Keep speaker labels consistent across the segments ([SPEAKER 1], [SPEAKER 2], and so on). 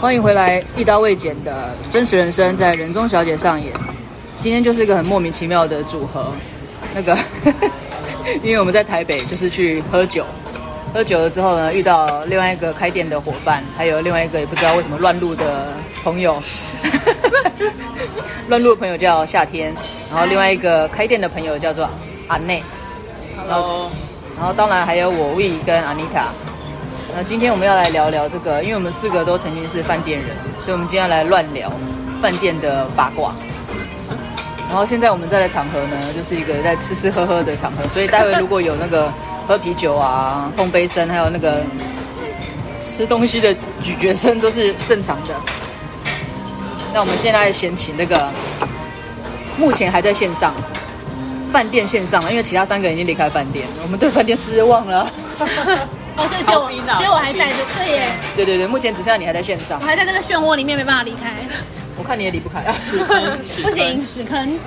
[SPEAKER 1] 欢迎回来，一刀未剪的真实人生在人中小姐上演。今天就是一个很莫名其妙的组合，那个 因为我们在台北就是去喝酒，喝酒了之后呢，遇到另外一个开店的伙伴，还有另外一个也不知道为什么乱入的朋友， 乱入的朋友叫夏天，然后另外一个开店的朋友叫做阿内，然后然后当然还有我 We 跟 Anita。那今天我们要来聊聊这个，因为我们四个都曾经是饭店人，所以我们今天要来乱聊饭店的八卦。然后现在我们在的场合呢，就是一个在吃吃喝喝的场合，所以待会如果有那个喝啤酒啊、碰杯声，还有那个吃东西的咀嚼声，都是正常的。那我们现在先请那个目前还在线上饭店线上，因为其他三个已经离开饭店，我们对饭店失望了。
[SPEAKER 2] 哦，所以只有我，
[SPEAKER 1] 啊
[SPEAKER 2] 只有我还在，对耶，
[SPEAKER 1] 对对对，目前只剩下你还在线上
[SPEAKER 2] 我，还在这个漩涡里面没办法离开，
[SPEAKER 1] 我看你也离不开。
[SPEAKER 2] 不行，屎坑。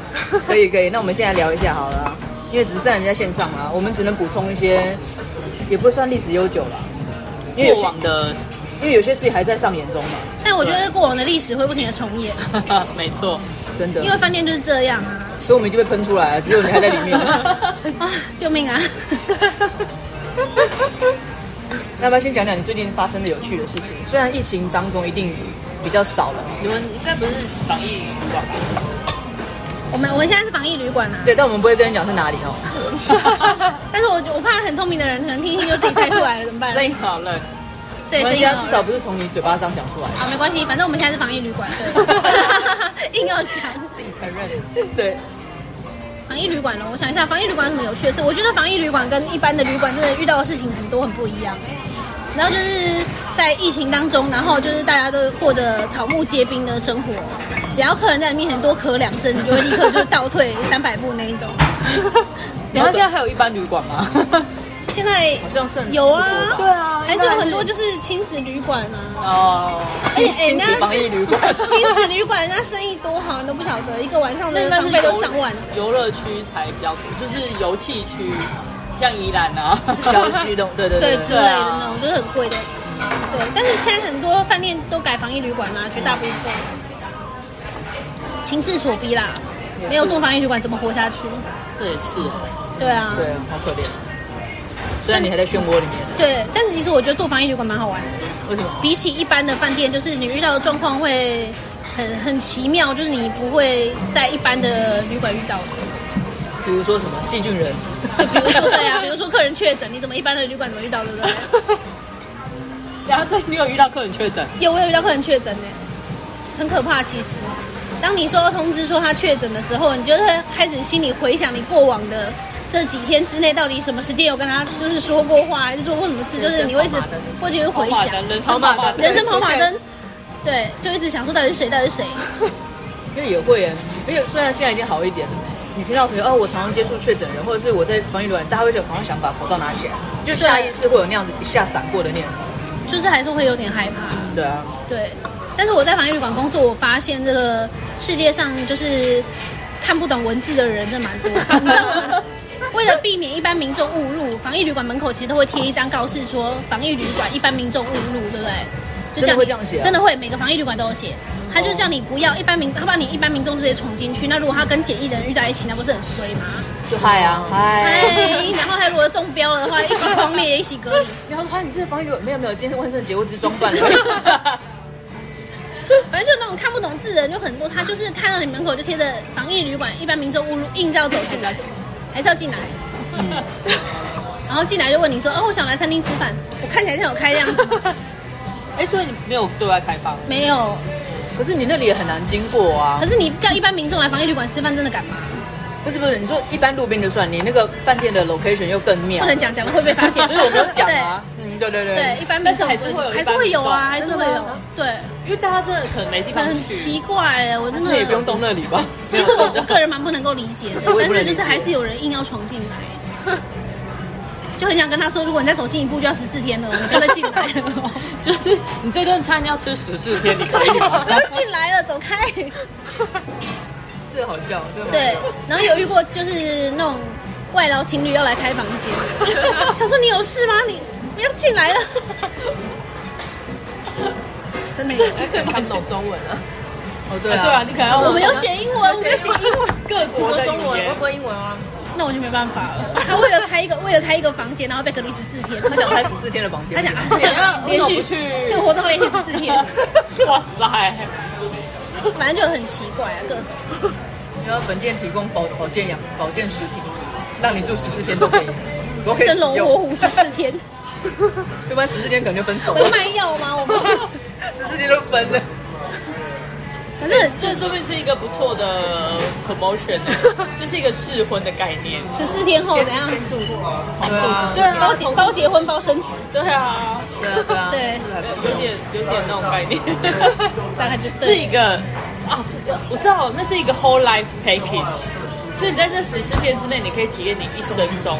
[SPEAKER 1] 可以可以，那我们现在聊一下好了啊，因为只剩人家线上啦，我们只能补充一些，也不会算历史悠久了，因为有
[SPEAKER 3] 过
[SPEAKER 1] 些
[SPEAKER 3] 往的，
[SPEAKER 1] 因为有些事情还在上演中嘛，
[SPEAKER 2] 但我觉得过往的历史会不停的重演，
[SPEAKER 3] 没错，
[SPEAKER 1] 真的
[SPEAKER 2] 因，为饭店就是这样啊！
[SPEAKER 1] 所以我们已经被喷出来了，只有你还在里 面。
[SPEAKER 2] 啊，救命啊！
[SPEAKER 1] 那要不要先讲讲你最近发生的有趣的事情？虽然疫情当中一定比较少了，
[SPEAKER 3] 你们应该不是防疫旅馆吧？
[SPEAKER 2] 我们我们现在是防疫旅馆啊，
[SPEAKER 1] 对，但我们不会跟你讲是哪里哦。
[SPEAKER 2] 但是我我怕很聪明的人可能听一听就自己猜出来了，怎么办？
[SPEAKER 3] 声音好了，
[SPEAKER 2] 对，
[SPEAKER 1] 我
[SPEAKER 2] 声
[SPEAKER 1] 们
[SPEAKER 2] 音
[SPEAKER 1] 现
[SPEAKER 2] 好
[SPEAKER 1] 在至少不是从你嘴巴上讲出来，
[SPEAKER 2] 啊，没关系，反正我们现在是防疫旅馆，对， 硬要讲
[SPEAKER 1] 自己承认。 对，
[SPEAKER 2] 防疫旅馆呢，我想一下，防疫旅馆有什么有趣的事？我觉得防疫旅馆跟一般的旅馆真的遇到的事情很多，很不一样。然后就是在疫情当中，然后就是大家都过着草木皆兵的生活，只要客人在你面前多咳两声，你就会立刻就是倒 退三百步那一种。
[SPEAKER 3] 你们现在还有一般旅馆 吗？
[SPEAKER 2] 现在
[SPEAKER 1] 好像剩
[SPEAKER 2] 有啊，
[SPEAKER 3] 对啊
[SPEAKER 2] 还是有很多就是亲子旅馆啊，
[SPEAKER 3] 哦，
[SPEAKER 2] 而且哎，
[SPEAKER 1] 亲
[SPEAKER 2] 人家
[SPEAKER 1] 子防疫旅馆。
[SPEAKER 2] 亲子旅馆人家生意多好，你都不晓得，一个晚上的房费都上万。
[SPEAKER 3] 游乐区才比较多，就是游憩区，像宜兰 啊，
[SPEAKER 1] 小区的，对对对，
[SPEAKER 2] 对
[SPEAKER 1] 啊
[SPEAKER 2] 之类的那种，就是很贵的。对，但是现在很多饭店都改防疫旅馆啦、绝大部分。情势所逼啦，没有做防疫旅馆怎么活下去？
[SPEAKER 3] 这也是，
[SPEAKER 2] 对啊，
[SPEAKER 1] 对，好可怜。虽然你还在漩涡里面，
[SPEAKER 2] 对，但是其实我觉得做防疫旅馆蛮好玩的，
[SPEAKER 1] 为什么？
[SPEAKER 2] 比起一般的饭店，就是你遇到的状况会很很奇妙，就是你不会在一般的旅馆遇到的。
[SPEAKER 1] 比如说什么细菌人，
[SPEAKER 2] 就比如说对啊，比如说客人确诊，你怎么一般的旅馆怎么遇到，对不对？
[SPEAKER 3] 然啊后所以你有遇到客人确诊，
[SPEAKER 2] 有，我有遇到客人确诊呢，很可怕。其实，当你收到通知说他确诊的时候，你就会开始心里回想你过往的这几天之内，到底什么时间有跟他就是说过话，还是做过什么事，就是你会一直会一直
[SPEAKER 3] 跑
[SPEAKER 2] 回
[SPEAKER 3] 马
[SPEAKER 2] 想
[SPEAKER 3] 灯，人
[SPEAKER 1] 跑
[SPEAKER 3] 生
[SPEAKER 1] 马
[SPEAKER 3] 跑
[SPEAKER 1] 灯
[SPEAKER 3] 马灯，
[SPEAKER 2] 人生跑马灯，对，就一直想说到底是谁，到底是谁。
[SPEAKER 1] 因为也会耶，因为虽然现在已经好一点了，你听到朋友哦，我常常接触确诊人，或者是我在防疫旅馆，大家会想好像想把口罩拿起来，啊就下意识会有那样子一下闪过的念头。
[SPEAKER 2] 就是还是会有点害怕，
[SPEAKER 1] 对啊，
[SPEAKER 2] 对。但是我在防疫旅馆工作，我发现这个世界上就是看不懂文字的人真的蛮多的，你知道吗？为了避免一般民众误入，防疫旅馆门口其实都会贴一张告示说防疫旅馆一般民众误入，对不对？
[SPEAKER 1] 真的
[SPEAKER 2] 叫你
[SPEAKER 1] 会这样写啊
[SPEAKER 2] 真的会，每个防疫旅馆都有写。他就叫你不要一般民，他把你一般民众直接闯进去。那如果他跟检疫的人遇在一起，那不是很衰吗？
[SPEAKER 1] 就嗨啊嗨。
[SPEAKER 2] 哎，然后还如果中标了的话，一起狂烈，一起隔离。
[SPEAKER 1] 然后说啊，你这个防疫旅馆没有没有，今天是万圣节，我只是装扮 了。
[SPEAKER 2] 反正就那种看不懂字的人就很多，他就是看到你门口就贴着防疫旅馆，一般民众误入，硬是要走进来，还是要进来。
[SPEAKER 1] 嗯
[SPEAKER 2] 然后进来就问你说：“哦，我想来餐厅吃饭，我看起来像有开的样子吗
[SPEAKER 3] 哎，所以你没有对外开放，？”
[SPEAKER 2] 没有。
[SPEAKER 1] 可是你那里也很难经过啊
[SPEAKER 2] 可。是你叫一般民众来防疫旅馆吃饭，真的敢吗？
[SPEAKER 1] 不是不是，你说一般路边就算，你那个饭店的 location 又更妙
[SPEAKER 2] 不。哦能讲，讲了会被发 现。
[SPEAKER 1] 所以我没有讲啊。嗯，对对
[SPEAKER 2] 对。
[SPEAKER 1] 对。
[SPEAKER 2] 对，一般民众
[SPEAKER 3] 但是还是会有
[SPEAKER 2] 还是会有啊，还
[SPEAKER 3] 一般
[SPEAKER 2] 是
[SPEAKER 3] 民
[SPEAKER 2] 会
[SPEAKER 3] 众真的
[SPEAKER 2] 有
[SPEAKER 3] 吗。
[SPEAKER 2] 对，
[SPEAKER 3] 因为大家真的可能没地方
[SPEAKER 2] 很很
[SPEAKER 3] 去
[SPEAKER 2] 奇，怪哎，我真
[SPEAKER 3] 那
[SPEAKER 2] 的
[SPEAKER 3] 也不用动那里吧。
[SPEAKER 2] 其实我我个人蛮不能够理解的，
[SPEAKER 1] 我也
[SPEAKER 2] 但
[SPEAKER 1] 不能
[SPEAKER 2] 是
[SPEAKER 1] 理解
[SPEAKER 2] 就是还是有人硬要闯进来，就很想跟他说，如果你再走进一步，就要十四天了，你不要再进 来了，
[SPEAKER 3] 就是你这顿餐要吃十四天，你可以 吗
[SPEAKER 2] 不？要进来了，走开。
[SPEAKER 1] 这好笑，这蛮好笑
[SPEAKER 2] 对，然后有遇过就是那种外劳情侣要来开房 间，想说你有事吗？你不要进来了。真没有。
[SPEAKER 4] 看不懂中文啊。
[SPEAKER 1] 哦，对
[SPEAKER 3] 对
[SPEAKER 2] 哎
[SPEAKER 1] 啊，
[SPEAKER 3] 啊，你可能要
[SPEAKER 2] 我们有写英文，我们有写英文，
[SPEAKER 3] 各
[SPEAKER 4] 我
[SPEAKER 3] 国的
[SPEAKER 4] 中文，
[SPEAKER 3] 语
[SPEAKER 4] 我
[SPEAKER 3] 言
[SPEAKER 4] 不，会英文啊。
[SPEAKER 2] 那我就没办法了。他为了开一个，为了开一个房间，然后被隔离十四天，他
[SPEAKER 1] 他
[SPEAKER 2] 想
[SPEAKER 1] 想开十四天的房间，
[SPEAKER 2] 他想他想要连续
[SPEAKER 3] 啊为什么不去
[SPEAKER 2] 这个活动连续十四 天，
[SPEAKER 3] 哇塞，
[SPEAKER 2] 反正就很奇怪啊，各种。
[SPEAKER 1] 你要本店提供保保健养保健食品，让你住十四天都可以，都可以
[SPEAKER 2] 生龙
[SPEAKER 1] 使用
[SPEAKER 2] 活虎十四天，
[SPEAKER 1] 要不然十四天可能就分手
[SPEAKER 2] 我是
[SPEAKER 1] 了，
[SPEAKER 2] 卖药 吗？我们
[SPEAKER 1] 十四天就分了。
[SPEAKER 2] 反正就
[SPEAKER 3] 这说不定是一个不错的 promotion，呢就是一个试婚的概念，
[SPEAKER 2] 十四天后怎样？
[SPEAKER 3] 住过，
[SPEAKER 1] 对啊
[SPEAKER 2] 对啊，包结包结婚包生子，
[SPEAKER 3] 对啊，
[SPEAKER 1] 对啊对啊，
[SPEAKER 2] 对
[SPEAKER 1] 是还不错
[SPEAKER 3] 有点有点那种概念，
[SPEAKER 2] 大概就这
[SPEAKER 3] 是
[SPEAKER 2] 样
[SPEAKER 3] 一个啊，我知道那是一个 whole life package，就是你在这十四天之内，你可以体验你一生中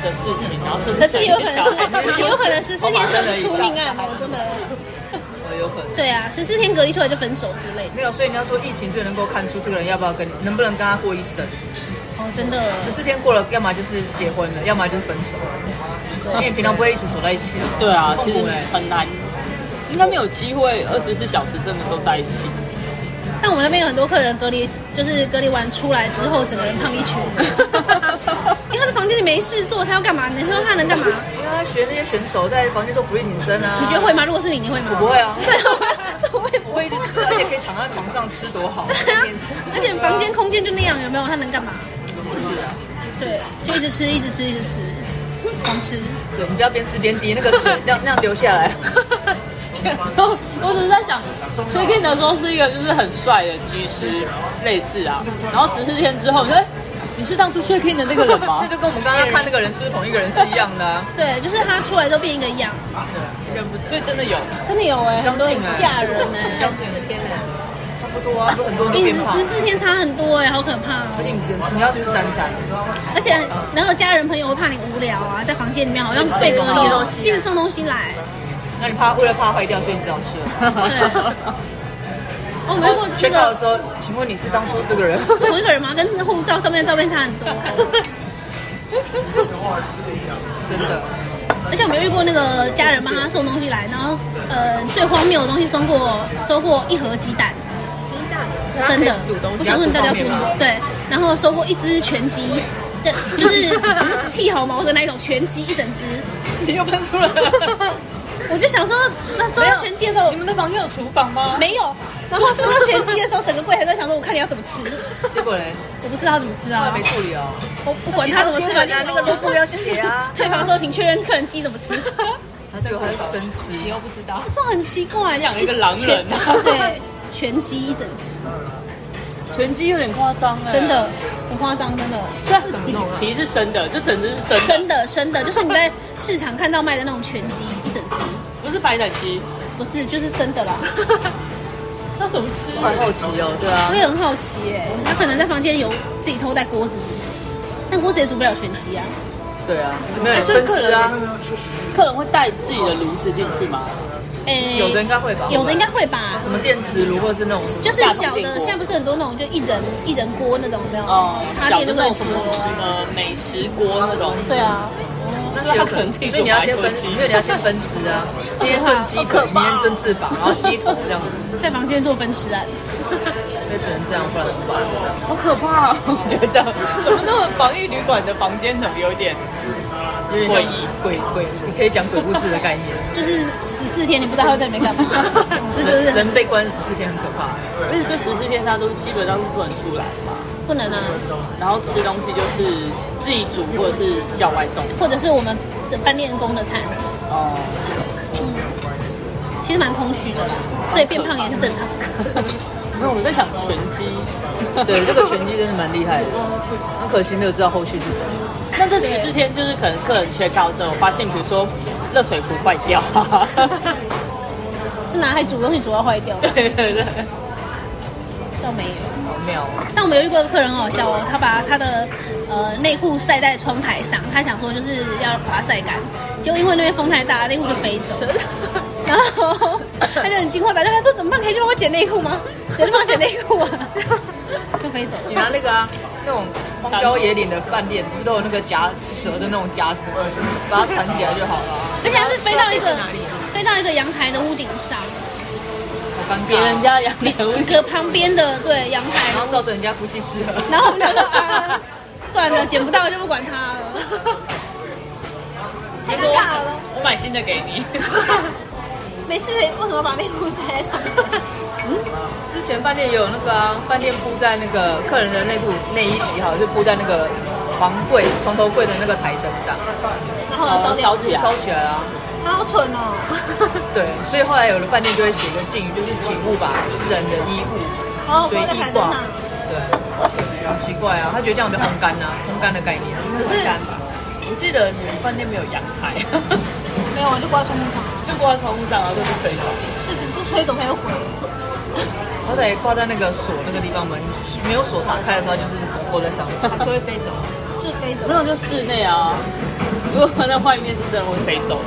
[SPEAKER 3] 的事情，然后甚至
[SPEAKER 2] 可是也有可能
[SPEAKER 3] 生
[SPEAKER 1] 啊
[SPEAKER 3] 一个小
[SPEAKER 2] 是，
[SPEAKER 3] 孩
[SPEAKER 2] 也有可能十四天生出命案，我真的。
[SPEAKER 1] 我有可能。
[SPEAKER 2] 对啊，十四天隔离出来就分手之类的。
[SPEAKER 1] 没有，所以你要说疫情最能够看出这个人要不要跟能不能跟他过一生。
[SPEAKER 2] 哦，真的。
[SPEAKER 1] 十四天过了，要么就是结婚了，要么就是分手了。因为平常不会一直守在一起啊。
[SPEAKER 3] 对啊，
[SPEAKER 1] 痛
[SPEAKER 3] 其实
[SPEAKER 1] 苦欸
[SPEAKER 3] 很难，应该没有机会二十四小时真的都在一起。
[SPEAKER 2] 但我们那边有很多客人隔离，就是隔离完出来之后，整个人胖一圈。因为他在房间里没事做，他要干嘛？你说他能干嘛？
[SPEAKER 1] 因为他学那些选手在房间做俯卧撑啊。
[SPEAKER 2] 你觉得会吗？如果是你，你会吗？
[SPEAKER 1] 我不会 啊
[SPEAKER 2] 对啊，怎么会不
[SPEAKER 1] 不会
[SPEAKER 2] 会
[SPEAKER 1] 一直吃，而且可以躺在床上吃多好。
[SPEAKER 2] 对啊， 而且房间空间就那样，有没有？他能干嘛？对，就一直吃，一直吃，一直吃，狂吃。
[SPEAKER 1] 对，你不要边吃边滴那个水，那样那样流下来。
[SPEAKER 3] 我我只是在想，
[SPEAKER 1] 啊
[SPEAKER 3] 所以跟你的说是一个就是很帅的技师类似啊，然后十四天之后，你说哎你是当初 check in 的那个人吗
[SPEAKER 1] 那 ？就跟我们刚刚看那个人是不是同一个人是一样的啊。
[SPEAKER 2] 对，就是他出来都变一个样，
[SPEAKER 3] 认不得，所以真的有，
[SPEAKER 2] 真的有哎、
[SPEAKER 1] 相信
[SPEAKER 2] 很多
[SPEAKER 1] 欸
[SPEAKER 2] 很吓人哎、
[SPEAKER 1] 相信天差不多啊，很多人都
[SPEAKER 2] 一
[SPEAKER 1] 变
[SPEAKER 2] 直
[SPEAKER 1] 胖
[SPEAKER 2] 十。四天差很多哎、好可怕
[SPEAKER 1] 而
[SPEAKER 2] 哦、
[SPEAKER 1] 且你只你要吃三餐，
[SPEAKER 2] 而且然后家人朋友会怕你无聊啊，在房间里面好像被隔离哦，一直送东西来。
[SPEAKER 1] 那你怕为了怕坏掉，所以你只好 吃了。
[SPEAKER 2] 哦，我们过
[SPEAKER 1] 缺
[SPEAKER 2] 这
[SPEAKER 1] 到的
[SPEAKER 2] 个
[SPEAKER 1] 时候，请问你是当初这个 人？
[SPEAKER 2] 同一个人吗？跟护照上面的照片差很多。
[SPEAKER 1] 真的，
[SPEAKER 2] 而且我们有遇过那个家人帮他送东西来，然后呃最荒谬的东西送过收过一盒鸡蛋，鸡蛋生的
[SPEAKER 1] 煮东西，
[SPEAKER 2] 我想问大家
[SPEAKER 1] 要
[SPEAKER 2] 注
[SPEAKER 1] 煮
[SPEAKER 2] 意
[SPEAKER 1] 方便吗
[SPEAKER 2] 对，然后收过一只全鸡，对 就是剃好毛的那一种全鸡一整只，
[SPEAKER 1] 你又喷出来了。
[SPEAKER 2] 我就想说那收到全鸡的时候
[SPEAKER 3] 你们的房间有厨房吗？
[SPEAKER 2] 没有，然后收到全鸡的时候整个柜台都在想说我看你要怎么吃，
[SPEAKER 1] 结果嘞，
[SPEAKER 2] 我不知道他怎么吃
[SPEAKER 1] 后来
[SPEAKER 2] 啊
[SPEAKER 1] 没，处理哦。
[SPEAKER 2] 我不管他怎么吃，反正
[SPEAKER 1] 那个 logo 要写啊，
[SPEAKER 2] 退房的时候请确认客人鸡怎么吃，
[SPEAKER 1] 他最后还生吃，
[SPEAKER 3] 你又不知道，
[SPEAKER 2] 这很奇怪，
[SPEAKER 3] 养一个狼人啊
[SPEAKER 2] 全对，全鸡一整只。
[SPEAKER 3] 拳击有点夸张哎，
[SPEAKER 2] 真的很夸张，真的
[SPEAKER 3] 这样怎么弄啊？皮是生的，这整只是生的，
[SPEAKER 2] 生的生的，就是你在市场看到卖的那种全鸡一整只，
[SPEAKER 3] 不是白斩 鸡，
[SPEAKER 2] 不是就是生的啦。
[SPEAKER 3] 那怎么吃？
[SPEAKER 1] 我很好奇哦。对啊
[SPEAKER 2] 我，也很好奇耶、他可能在房间有自己偷带锅子之类的，但锅子也煮不了全鸡啊。
[SPEAKER 1] 对啊，没有人分吃啊，
[SPEAKER 3] 客人会带自己的炉子进去吗？
[SPEAKER 1] 嗯
[SPEAKER 2] 诶、
[SPEAKER 1] 有的应该会吧。
[SPEAKER 2] 有的应该会吧，
[SPEAKER 1] 什么电磁炉或是那种，
[SPEAKER 2] 就是
[SPEAKER 3] 大
[SPEAKER 2] 小
[SPEAKER 3] 铜电
[SPEAKER 2] 的，
[SPEAKER 3] 锅
[SPEAKER 2] 现在不是很多那种就一人一人锅那种的，
[SPEAKER 3] 哦，
[SPEAKER 2] 插电就可以
[SPEAKER 3] 种
[SPEAKER 2] 煮
[SPEAKER 3] 什么
[SPEAKER 2] 啊。
[SPEAKER 3] 呃美食锅那种，
[SPEAKER 2] 对啊，
[SPEAKER 1] 那是有可能。
[SPEAKER 3] 自己
[SPEAKER 1] 所以你要先分，
[SPEAKER 3] 鸡
[SPEAKER 1] 所以你要先分吃啊。 今天炖鸡腿，明天炖翅膀，然后鸡腿这样子，
[SPEAKER 2] 在房间做分食啊，
[SPEAKER 1] 就只能这样，不然怎么办？
[SPEAKER 3] 好可怕、哦！我觉得怎么那么防疫旅馆的房间怎么有点
[SPEAKER 1] 有点像鬼鬼， 你可以讲鬼故事的概 念。
[SPEAKER 2] 就是十四天你不知道他会在里面干嘛， 总之就是很
[SPEAKER 1] 人被关十四天很可怕。
[SPEAKER 3] 而且这十四天他都基本上是不能出来嘛，
[SPEAKER 2] 不能啊。
[SPEAKER 3] 然后吃东西就是自己煮或者是叫外送。
[SPEAKER 2] 或者是我们的饭店工的餐，
[SPEAKER 3] 哦，
[SPEAKER 2] 其实蛮空虚的啦，所以变胖也是正常的。
[SPEAKER 3] 没有，我在想拳击。
[SPEAKER 1] 对，这个 拳击真的蛮厉害的，很可惜没有知道后续是什么。
[SPEAKER 3] 那这十四天就是可能客人缺告之后，发现比如说热水壶坏掉、啊，
[SPEAKER 2] 这哪还煮东西煮到坏掉？
[SPEAKER 3] 对对对，
[SPEAKER 2] 倒没有。
[SPEAKER 1] 好妙哦！
[SPEAKER 2] 但我们有遇过一个客人很好笑哦，他把他的呃内裤晒在窗台上，他想说就是要把它晒干，结果因为那边风太大，内裤就飞走。 然后他就很惊慌，打电话说怎么办？可以去帮我捡内裤吗？谁能帮我捡内裤啊？就飞走
[SPEAKER 1] 你
[SPEAKER 2] 了。
[SPEAKER 1] 拿那个啊，那种荒郊野岭的饭店，不是都有那个夹蛇的那种夹子吗，把它缠起来就好了啊。
[SPEAKER 2] 而且他是飞到一个
[SPEAKER 1] 哪里啊
[SPEAKER 2] 飞到一个阳台的屋顶上，
[SPEAKER 1] 尴尬，啊
[SPEAKER 3] 别人家养的物
[SPEAKER 2] 隔旁边的对阳台，
[SPEAKER 1] 然后造成人家夫妻失和。
[SPEAKER 2] 然后我们 就说
[SPEAKER 3] 呃
[SPEAKER 2] 啊，算了，捡不到就不管它了，太尴尬了。
[SPEAKER 3] 我买新的给 你。
[SPEAKER 2] 没事，为什么把内裤塞 在上面？
[SPEAKER 1] 之前饭店也有那个啊，饭店铺在那个客人的内部内衣洗好，就铺在那个床柜、床头柜的那个台灯上，
[SPEAKER 2] 然后呢烧掉
[SPEAKER 3] 哦烧，起来
[SPEAKER 1] 烧起来啊。
[SPEAKER 2] 它好蠢哦。
[SPEAKER 1] 对，所以后来有的饭店就会写一个禁语，就是请勿把私人的衣物
[SPEAKER 2] 哦，
[SPEAKER 1] 随
[SPEAKER 2] 放在
[SPEAKER 1] 意
[SPEAKER 2] 台灯
[SPEAKER 1] 挂
[SPEAKER 2] 上。。
[SPEAKER 1] 对，很奇怪啊，他觉得这样比较烘干啊，烘干的概念。
[SPEAKER 3] 可是我记得你们饭店没有阳台，
[SPEAKER 2] 没有啊，就挂窗户上，
[SPEAKER 3] 就挂在窗户上，然后就被吹走。
[SPEAKER 2] 是只不吹走才有鬼。
[SPEAKER 1] 好歹挂在那个锁那个地方，门没有锁打开的时候，它就是勾在上 面，就会飞走。
[SPEAKER 2] 是飞走
[SPEAKER 3] 没，有，就室内啊。如果那外面是真的会飞走，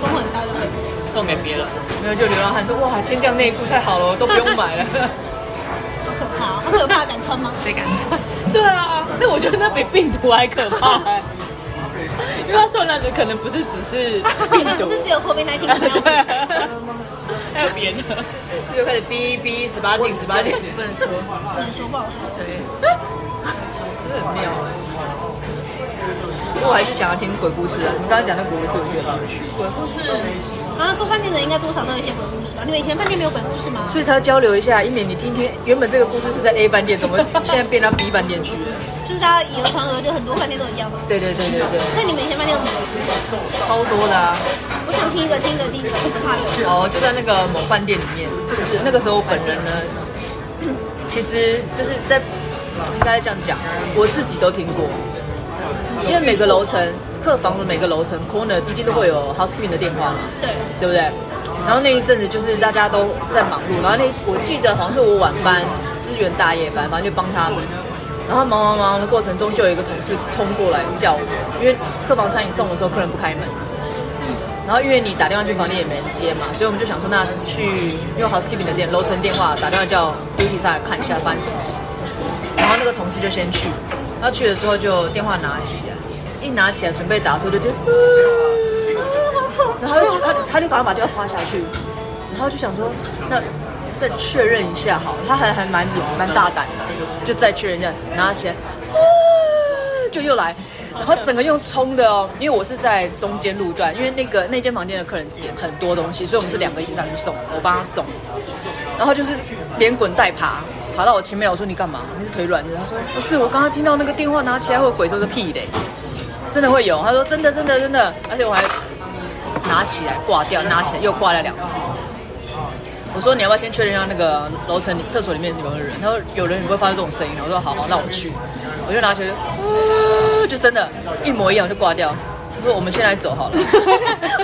[SPEAKER 2] 风很大就飞走。
[SPEAKER 3] 送给别人。
[SPEAKER 1] 没有，就流浪汉说：“哇，天降内裤太好了，我都不用买了，
[SPEAKER 2] 好可怕 哦，好可怕，敢穿吗？
[SPEAKER 1] 谁敢穿？”
[SPEAKER 3] 对啊， 那我觉得那比病毒还可怕、欸，因为它传染的可能不是只是病
[SPEAKER 2] 不
[SPEAKER 3] 毒，
[SPEAKER 2] 是只有 COVID 19没有
[SPEAKER 3] 对
[SPEAKER 2] 病毒。
[SPEAKER 3] 啊， 还有别的。
[SPEAKER 1] 就开始哔哔十八禁十八禁，不能说，
[SPEAKER 2] 不能说不好说。
[SPEAKER 1] 真的很妙哎。不过我还是想要听鬼故事啊！你刚刚讲的鬼故事，我觉得很有趣，
[SPEAKER 3] 鬼故事
[SPEAKER 2] 然后啊做饭店的应该多少都有一些鬼故事吧？你们以前饭店没有鬼故事吗？
[SPEAKER 1] 所以才要交流一下，以免你听听原本这个故事是在 A 饭店，怎么现在变到 B 饭店去了？
[SPEAKER 2] 就是大家以讹传讹，就很多饭店都一样嘛。
[SPEAKER 1] 对对对对对，
[SPEAKER 2] 所以你们以前饭店有什么鬼故事？
[SPEAKER 1] 超多的啊！
[SPEAKER 2] 我想听一个，听一个，听一个，很可怕的。
[SPEAKER 1] 哦，就在那个某饭店里面，就是那个时候我本人呢，其实就是在应该这样讲，我自己都听过，因为每个楼层客房的每个楼层 corner 一定都会有 housekeeping 的电话嘛，
[SPEAKER 2] 对，
[SPEAKER 1] 对不对？然后那一阵子就是大家都在忙碌，然后那我记得好像是我晚班支援大夜班，反正就帮他们。然后忙忙忙的过程中，就有一个同事冲过来叫我，因为客房餐饮送的时候客人不开门，然后因为你打电话去房间也没人接嘛，所以我们就想说那去用 housekeeping 的电楼层电话打电话叫 duty 上来看一下发生什么事。然后那个同事就先去，然后去了之后就电话拿起来，一拿起来准备打的时候就听，然后就他就他就赶快把电话滑下去，然后就想说那再确认一下好了，他还还蛮勇蛮大胆的，就再确认一下，拿起来，啊就又来，然后整个用冲的哦，因为我是在中间路段，因为那个那间房间的客人点很多东西，所以我们是两个一起上去送，我帮他送，然后就是连滚带爬。爬到我前面，我说你干嘛？你是腿软的？他说不是，我刚刚听到那个电话拿起来会有鬼，说的屁嘞，真的会有。他说真的真的真的，而且我还拿起来挂掉，拿起来又挂了两次。我说你要不要先确认一下那个楼层里厕所里面有没有人？他说有人，你不会发出这种声音。我说好好，那我去。我就拿起来就，呃就真的，一模一样就挂掉。我说我们先来走好了，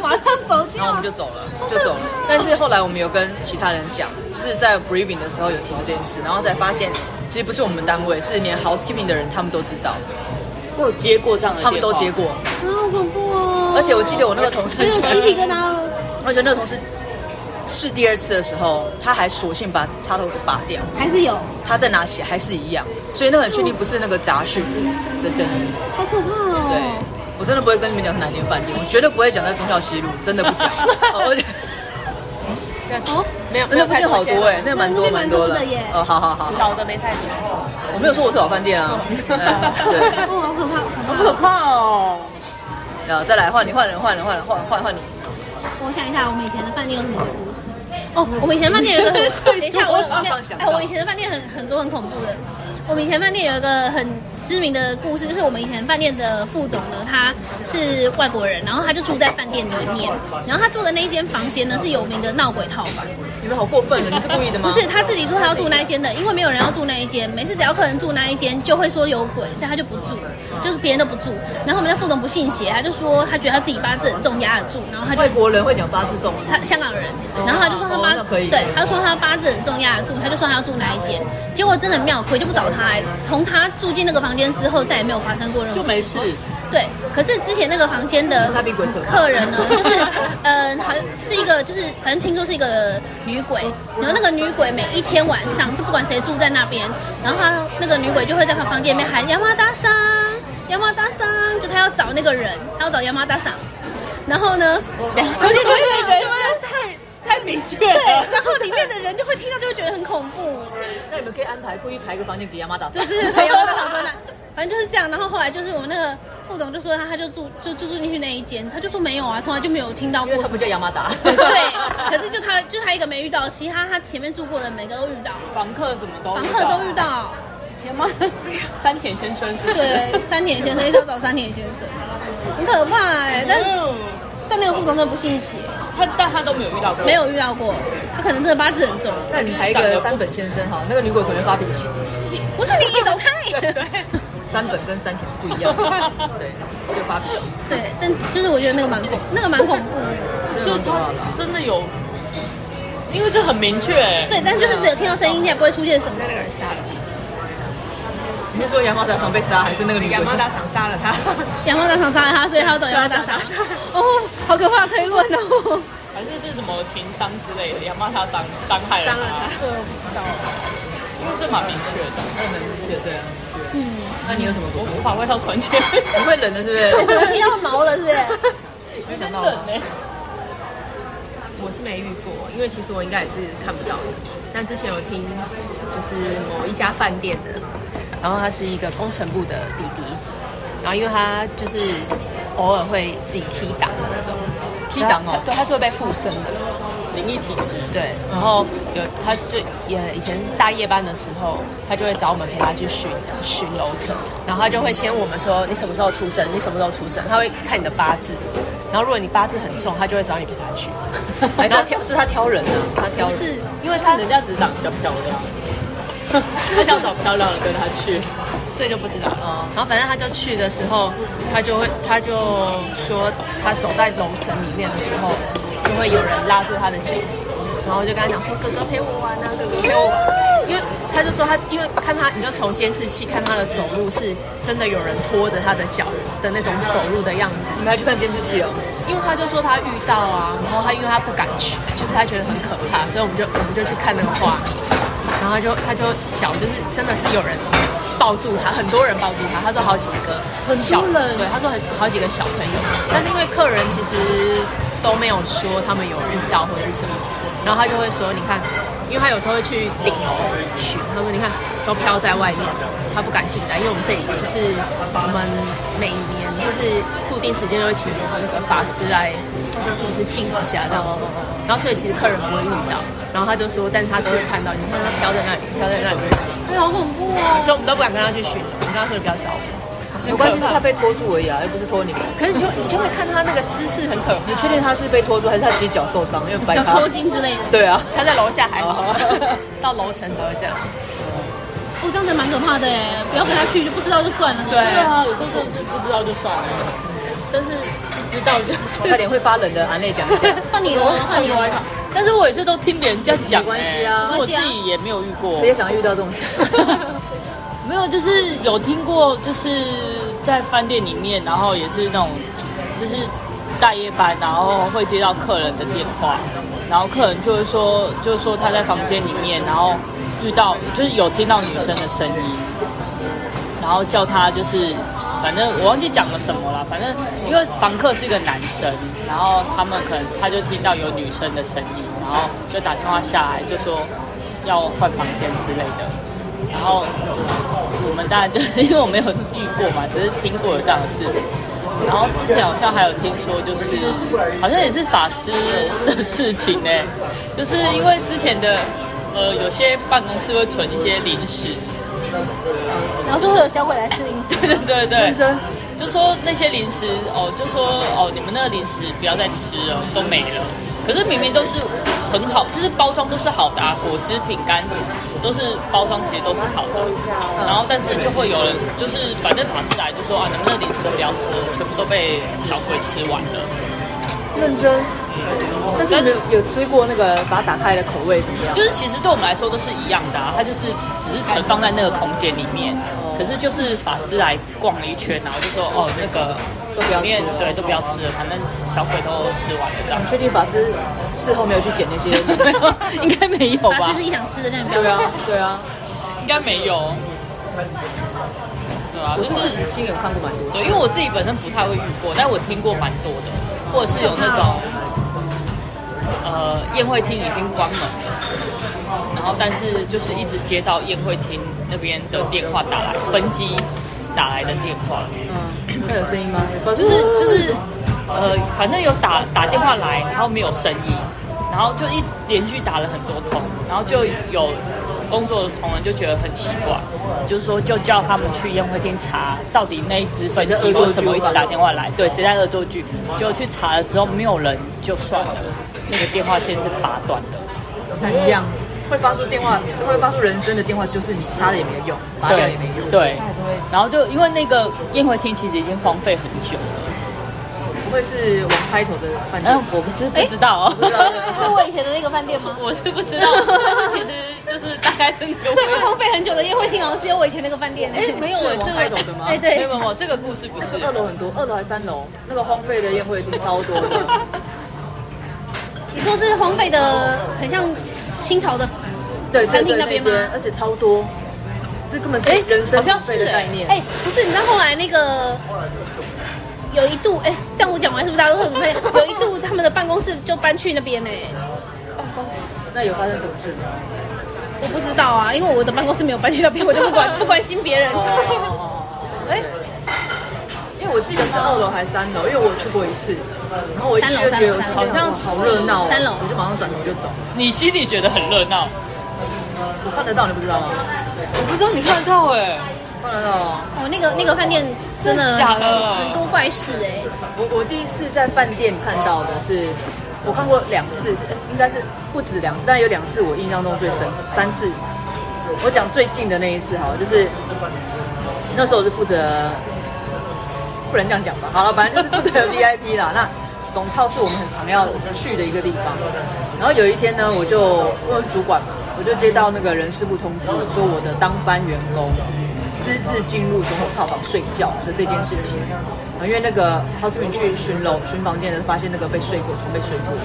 [SPEAKER 2] 马上走
[SPEAKER 1] 然后我
[SPEAKER 2] 掉
[SPEAKER 1] 们就。走了，就走了。但是后来我们有跟其他人讲，就是在 briefing 的时候有提到这件事，然后才发现其实不是我们单位，是连 housekeeping 的人他们都知道，
[SPEAKER 3] 我有接过这样的，
[SPEAKER 1] 他们都接。过。
[SPEAKER 2] 啊，好恐怖哦！
[SPEAKER 1] 而且我记得我那个同
[SPEAKER 2] 我
[SPEAKER 1] 事
[SPEAKER 2] 有鸡皮疙瘩哦了，
[SPEAKER 1] 而且那个同事试第二次的时候，他还索性把插头给拔掉，
[SPEAKER 2] 还是有，
[SPEAKER 1] 他再拿起来还是一样，所以那很确定不是那个杂讯的声音。
[SPEAKER 2] 好可怕
[SPEAKER 1] 对
[SPEAKER 2] 哦！，
[SPEAKER 1] 我真的不会跟你们讲是哪间饭店，我绝对不会讲在中小西路，真的不讲。哦而且
[SPEAKER 2] 哦，
[SPEAKER 1] 没有，那附近好多哎、那个蛮多
[SPEAKER 2] 那边蛮
[SPEAKER 1] 多
[SPEAKER 2] 多的耶
[SPEAKER 1] 哦，好好好，
[SPEAKER 3] 老的没太多，
[SPEAKER 1] 我没有说我是老饭店啊。嗯对，
[SPEAKER 2] 哦，好可怕，
[SPEAKER 3] 好
[SPEAKER 2] 好可
[SPEAKER 3] 可
[SPEAKER 2] 怕。
[SPEAKER 3] 怕哦！
[SPEAKER 1] 然后再来换你，换人，换人，换人，换换换你。
[SPEAKER 2] 我想一下，我们以前的饭店有什么鬼故事？哦，我们以前饭店有一 个很，等一下我
[SPEAKER 1] 马上想到
[SPEAKER 2] 哎，我以前的饭店很很多很恐怖的。我们以前饭店有一个很知名的故事，就是我们以前饭店的副总呢，他是外国人，然后他就住在饭店里面，然后他住的那一间房间呢是有名的闹鬼套房。
[SPEAKER 1] 你们好过分了，你是故意的吗？
[SPEAKER 2] 不是，他自己说他要住那一间的，因为没有人要住那一间，每次只要客人住那一间，就会说有鬼，所以他就不住，就是别人都不住。然后我们的副总不信邪，他就说他觉得他自己八字很重，压得住，然后他就
[SPEAKER 1] 外国人会讲八字重，
[SPEAKER 2] 他香港人，然后他就说他
[SPEAKER 1] 哦
[SPEAKER 2] 八、
[SPEAKER 1] 那可以
[SPEAKER 2] 对，他说他八字很重压得住，他就说他要住哪一间，结果真的很妙，鬼就不找他、哎从他住进那个房间之后，再也没有发生过任何
[SPEAKER 3] 就没
[SPEAKER 2] 情
[SPEAKER 3] 事
[SPEAKER 2] 况，对，可是之前那个房间的
[SPEAKER 1] 他比鬼可怕
[SPEAKER 2] 客人呢， 就是嗯，好像是一个，就是反正听说是一个女鬼，然后那个女鬼每一天晚上，就不管谁住在那边，然后她那个女鬼就会在她房间里面喊亚麻达桑，亚麻达桑，就她要找那个人，她要找亚麻达桑。然后呢，而且那个人就
[SPEAKER 3] 太明确了。
[SPEAKER 2] 对，然后里面的人就会听到，就会觉得很恐怖。
[SPEAKER 5] 那你们可以安排故意排个房间给亚麻打
[SPEAKER 2] 就 是朋友在旁说那，反正就是这样。然后后来就是我们那个副总就说他他就住就就住进去那一间，他就说没有啊，从来就没有听到过什么。
[SPEAKER 5] 亚麻打，
[SPEAKER 2] 对，可是就他就他一个没遇到，其他他前面住过的每个都遇到，
[SPEAKER 3] 房客什么都
[SPEAKER 2] 房客都遇。到。
[SPEAKER 3] 天妈， 山田先生是不是
[SPEAKER 2] 对，山田先生一直要找山田先生，很可怕哎、但
[SPEAKER 3] 嗯
[SPEAKER 2] 但那个副总真的不信邪，
[SPEAKER 3] 他但他都没有遇到过，
[SPEAKER 2] 没有遇到过，他可能真的八字很重。
[SPEAKER 5] 那你排一个三本先生好，那个女鬼可能发脾气。
[SPEAKER 2] 不是你，你走开。
[SPEAKER 5] 三本跟三田是不一样的，对，就发脾气，
[SPEAKER 2] 对，但就是我觉得那个蛮恐，那个蛮恐怖。
[SPEAKER 3] 就
[SPEAKER 5] 真的蛮可
[SPEAKER 3] 他
[SPEAKER 5] 怕的啊
[SPEAKER 3] 真的有，因为这很明确、欸，
[SPEAKER 2] 对，但就是只有听到声音，你也不会出现什么。
[SPEAKER 5] 你是说亚麻打常被杀，还是那个女鬼
[SPEAKER 1] 亚
[SPEAKER 5] 是
[SPEAKER 1] 麻达赏杀了他，
[SPEAKER 2] 阳光大厂杀了他，所以他要找阳光大厂。哦，好可怕的推论哦。
[SPEAKER 3] 还是是什么情伤之类的，要骂他伤伤害了
[SPEAKER 1] 伤了
[SPEAKER 3] 他，
[SPEAKER 1] 他。对，我不知道。
[SPEAKER 3] 因为这蛮明确的。
[SPEAKER 5] 那很明确，对啊。那你有什么
[SPEAKER 3] 我
[SPEAKER 5] 恐怖？
[SPEAKER 3] 我把外套穿起来，
[SPEAKER 5] 你会冷的，是不
[SPEAKER 2] 你
[SPEAKER 5] 是？
[SPEAKER 2] 整个听到毛了，是不是？
[SPEAKER 5] 没
[SPEAKER 3] 真
[SPEAKER 5] 想
[SPEAKER 3] 的
[SPEAKER 5] 到
[SPEAKER 3] 冷
[SPEAKER 5] 吧
[SPEAKER 3] 哎、
[SPEAKER 1] 我是没遇过，因为其实我应该也是看不到的。但之前有听，就是某一家饭店的，然后他是一个工程部的弟弟，然后因为他就是偶尔会自己踢档的那种，
[SPEAKER 5] 踢档哦
[SPEAKER 1] 对，他是会被附身的。
[SPEAKER 3] 灵异体质，
[SPEAKER 1] 对，然后有他就也以前大夜班的时候，他就会找我们陪他去巡巡楼层，然后他就会先问我们说你什么时候出生，你什么时候出生，他会看你的八字，然后如果你八字很重，他就会找你陪他去，
[SPEAKER 5] 还是他
[SPEAKER 1] 然后
[SPEAKER 5] 挑是他挑人啊，他挑人。
[SPEAKER 1] 是
[SPEAKER 3] 因为他人家只长得比较漂亮，他想找漂亮的跟他去，
[SPEAKER 1] 这就不知道
[SPEAKER 5] 哦
[SPEAKER 1] 了。然后反正他就去的时候，他就会他就说他走在楼层里面的时候，就会有人拉住他的脚，然后就跟他讲说哥哥陪我玩啊，哥哥陪我玩。因为他就说他因为看他，你就从监视器看他的走路是真的有人拖着他的脚的那种走路的样子，
[SPEAKER 5] 你们还去看监视器哦？
[SPEAKER 1] 因为他就说他遇到啊，然后他因为他不敢去，就是他觉得很可怕，所以我们就我们就去看那个画面，然后他就他就脚就是真的是有人抱住他，很多人抱住他，他说好几个小人，对，他说很好几个小朋友，但是因为客人其实都没有说他们有遇到或者是什么，然后他就会说你看，因为他有时候会去顶楼巡，他说你看都飘在外面了，他不敢进来，因为我们这里就是我们每年就是固定时间都会请那个法师来就是静一下这样子，然后所以其实客人不会遇到，然后他就说，但是他都会看到，你看他飘在那里，飘在那里，
[SPEAKER 2] 哎，好恐怖哦！
[SPEAKER 1] 所以 我们都不敢跟他去巡，我们跟他说你不要找我。
[SPEAKER 5] 没关系，是他被拖住而已啊，又不是拖你们。
[SPEAKER 1] 可是你就你就会看他那个姿势很可
[SPEAKER 5] 你
[SPEAKER 1] 怕，
[SPEAKER 5] 确定他是被拖住，还是他其实脚受伤？因为白
[SPEAKER 2] 有
[SPEAKER 5] 他
[SPEAKER 2] 抽。筋之类的，
[SPEAKER 5] 对啊，
[SPEAKER 1] 他在楼下还好
[SPEAKER 5] 哦，
[SPEAKER 1] 到楼层都会这样。
[SPEAKER 2] 哦，这样子蛮可怕的哎！不要跟他去，就不知道就算了。
[SPEAKER 1] 对
[SPEAKER 3] 对啊，有时候真的是不知道就算了，
[SPEAKER 2] 但是
[SPEAKER 3] 知道就是。
[SPEAKER 5] 快点会发冷的，安内讲一 下。
[SPEAKER 2] 换你了，换你了。
[SPEAKER 3] 但是我也是都听别人这样讲、欸，
[SPEAKER 5] 没关系啊
[SPEAKER 3] 因为我自己也没有遇过。
[SPEAKER 5] 谁也想遇到这种 事？
[SPEAKER 3] 没有，就是有听过，就是在饭店里面，然后也是那种，就是大夜班，然后会接到客人的电话，然后客人就会说，就是说他在房间里面，然后遇到就是有听到女生的声音，然后叫他就是，反正我忘记讲了什么了，反正因为房客是个男生，然后他们可能他就听到有女生的声音，然后就打电话下来就说要换房间之类的，然后我们当然就是因为我没有遇过嘛，只是听过有这样的事情。然后之前好像还有听说，就是好像也是法师的事情呢、欸就是因为之前的呃有些办公室会存一些零食，
[SPEAKER 2] 然后就会有小鬼来吃零食，
[SPEAKER 3] 对对对，就说那些零食哦，就说哦，你们那个零食不要再吃了，都没了。可是明明都是很好，就是包装都是好的、啊，果汁、饼干都是包装，其实都是好的。然后但是就会有人，就是反正法师来就说啊，你们那个零食都不要吃了，全部都被小鬼吃完了。
[SPEAKER 5] 认真。但是你们有吃过那个把它打开的口味怎么样？
[SPEAKER 3] 就是其实对我们来说都是一样的、啊，它就是只是存放在那个空间里面。可是就是法师来逛了一圈，然后就说哦，那个
[SPEAKER 5] 都不要
[SPEAKER 3] 里
[SPEAKER 5] 吃
[SPEAKER 3] 面
[SPEAKER 5] 了。
[SPEAKER 3] 对都不要吃了，反正小鬼都吃完了这样
[SPEAKER 5] 你。确定法师事后没有去捡那 些？
[SPEAKER 3] 应该没有
[SPEAKER 2] 法
[SPEAKER 3] 吧
[SPEAKER 2] 师？是一想吃的，但你不要
[SPEAKER 5] 对
[SPEAKER 2] 吃。
[SPEAKER 5] 啊，对啊，
[SPEAKER 3] 应该没有。对啊，
[SPEAKER 5] 我
[SPEAKER 3] 就是是
[SPEAKER 5] 自己亲眼看过蛮多。
[SPEAKER 3] 对，因为我自己本身不太会遇过，但我听过蛮多的，或者是有那种呃宴会厅已经关门了，然后但是就是一直接到宴会厅那边的电话打来，分机打来的电话，
[SPEAKER 1] 嗯，会有声音吗？
[SPEAKER 3] 就是就是呃，反正有打打电话来，然后没有生意，然后就一连续打了很多通，然后就有工作的同仁就觉得很奇怪，就是说就叫他们去宴会厅查到底那一只飞机为什么一直打电话来，对，谁在恶作剧？结果去查了之后没有人就算了，那个电话线是拔断的。
[SPEAKER 1] 很一样，会发出电话，会发出人声的电话，就是你插了也没有用，拔掉也没用。
[SPEAKER 3] 对，然后就因为那个宴会厅其实已经荒废很久了，
[SPEAKER 1] 不会是王开头的饭
[SPEAKER 3] 嗯
[SPEAKER 1] 店？，
[SPEAKER 3] 我不是不知道、哦。
[SPEAKER 2] 是我以前的那个饭店吗？
[SPEAKER 3] 我是不 知道，但是其实就是大概是那
[SPEAKER 2] 对，
[SPEAKER 3] 个味道。
[SPEAKER 2] 荒废很久的宴会厅好像只有我以前那个饭店呢。哎，没有
[SPEAKER 1] 是王开头的吗？
[SPEAKER 2] 哎，
[SPEAKER 3] 没
[SPEAKER 2] 对
[SPEAKER 3] 有，没有没有，这个故事不是。
[SPEAKER 1] 二楼很多，二楼还三楼，那个荒废的宴会厅超多 的。
[SPEAKER 2] 你说是荒废的，很像清朝的。
[SPEAKER 1] 对，
[SPEAKER 2] 餐厅那边吗
[SPEAKER 1] 对对对而且超多，这根本是
[SPEAKER 3] 哎
[SPEAKER 1] 人生
[SPEAKER 3] 好像
[SPEAKER 1] 浪
[SPEAKER 3] 是
[SPEAKER 1] 费的
[SPEAKER 3] 哎
[SPEAKER 1] 概念。
[SPEAKER 2] 哎，不是，你知道后来那个有一度，哎，这样我讲完是不是大家都很佩服？有一度他们的办公室就搬去那边呢，哎
[SPEAKER 1] 那有发生什么 事？
[SPEAKER 2] 我不知道啊，因为我的办公室没有搬去那边，我就不管不关心别人。
[SPEAKER 1] 哦
[SPEAKER 2] 哎
[SPEAKER 1] 因为我记得是二楼还是三楼，因为我去过一次，然后我一去就觉得
[SPEAKER 2] 三楼
[SPEAKER 1] 好
[SPEAKER 2] 三楼
[SPEAKER 1] 像好热闹哦，
[SPEAKER 2] 三楼
[SPEAKER 1] 我就马上转头就走。
[SPEAKER 3] 你心里觉得很热闹，
[SPEAKER 1] 我看得到，你不知道吗？
[SPEAKER 3] 我不知道你看得到
[SPEAKER 1] 哦
[SPEAKER 3] 哎、
[SPEAKER 1] 看得到啊。
[SPEAKER 2] 哦，那个那个饭店真的
[SPEAKER 3] 假的
[SPEAKER 2] 很多怪事哎。
[SPEAKER 1] 我我第一次在饭店看到的是，我看过两次，是应该是不止两次，但有两次我印象中最深，三次。我讲最近的那一次好了，就是那时候我是负责，不能这样讲吧？好了，反正就是负责 VIP 啦。那总套是我们很常要去的一个地方。然后有一天呢，我就因为主管嘛，我就接到那个人事部通知，说我的当班员工私自进入总统套房睡觉的这件事情。啊，因为那个 houseman 去巡楼巡房间的，发现那个被睡过，床被睡过。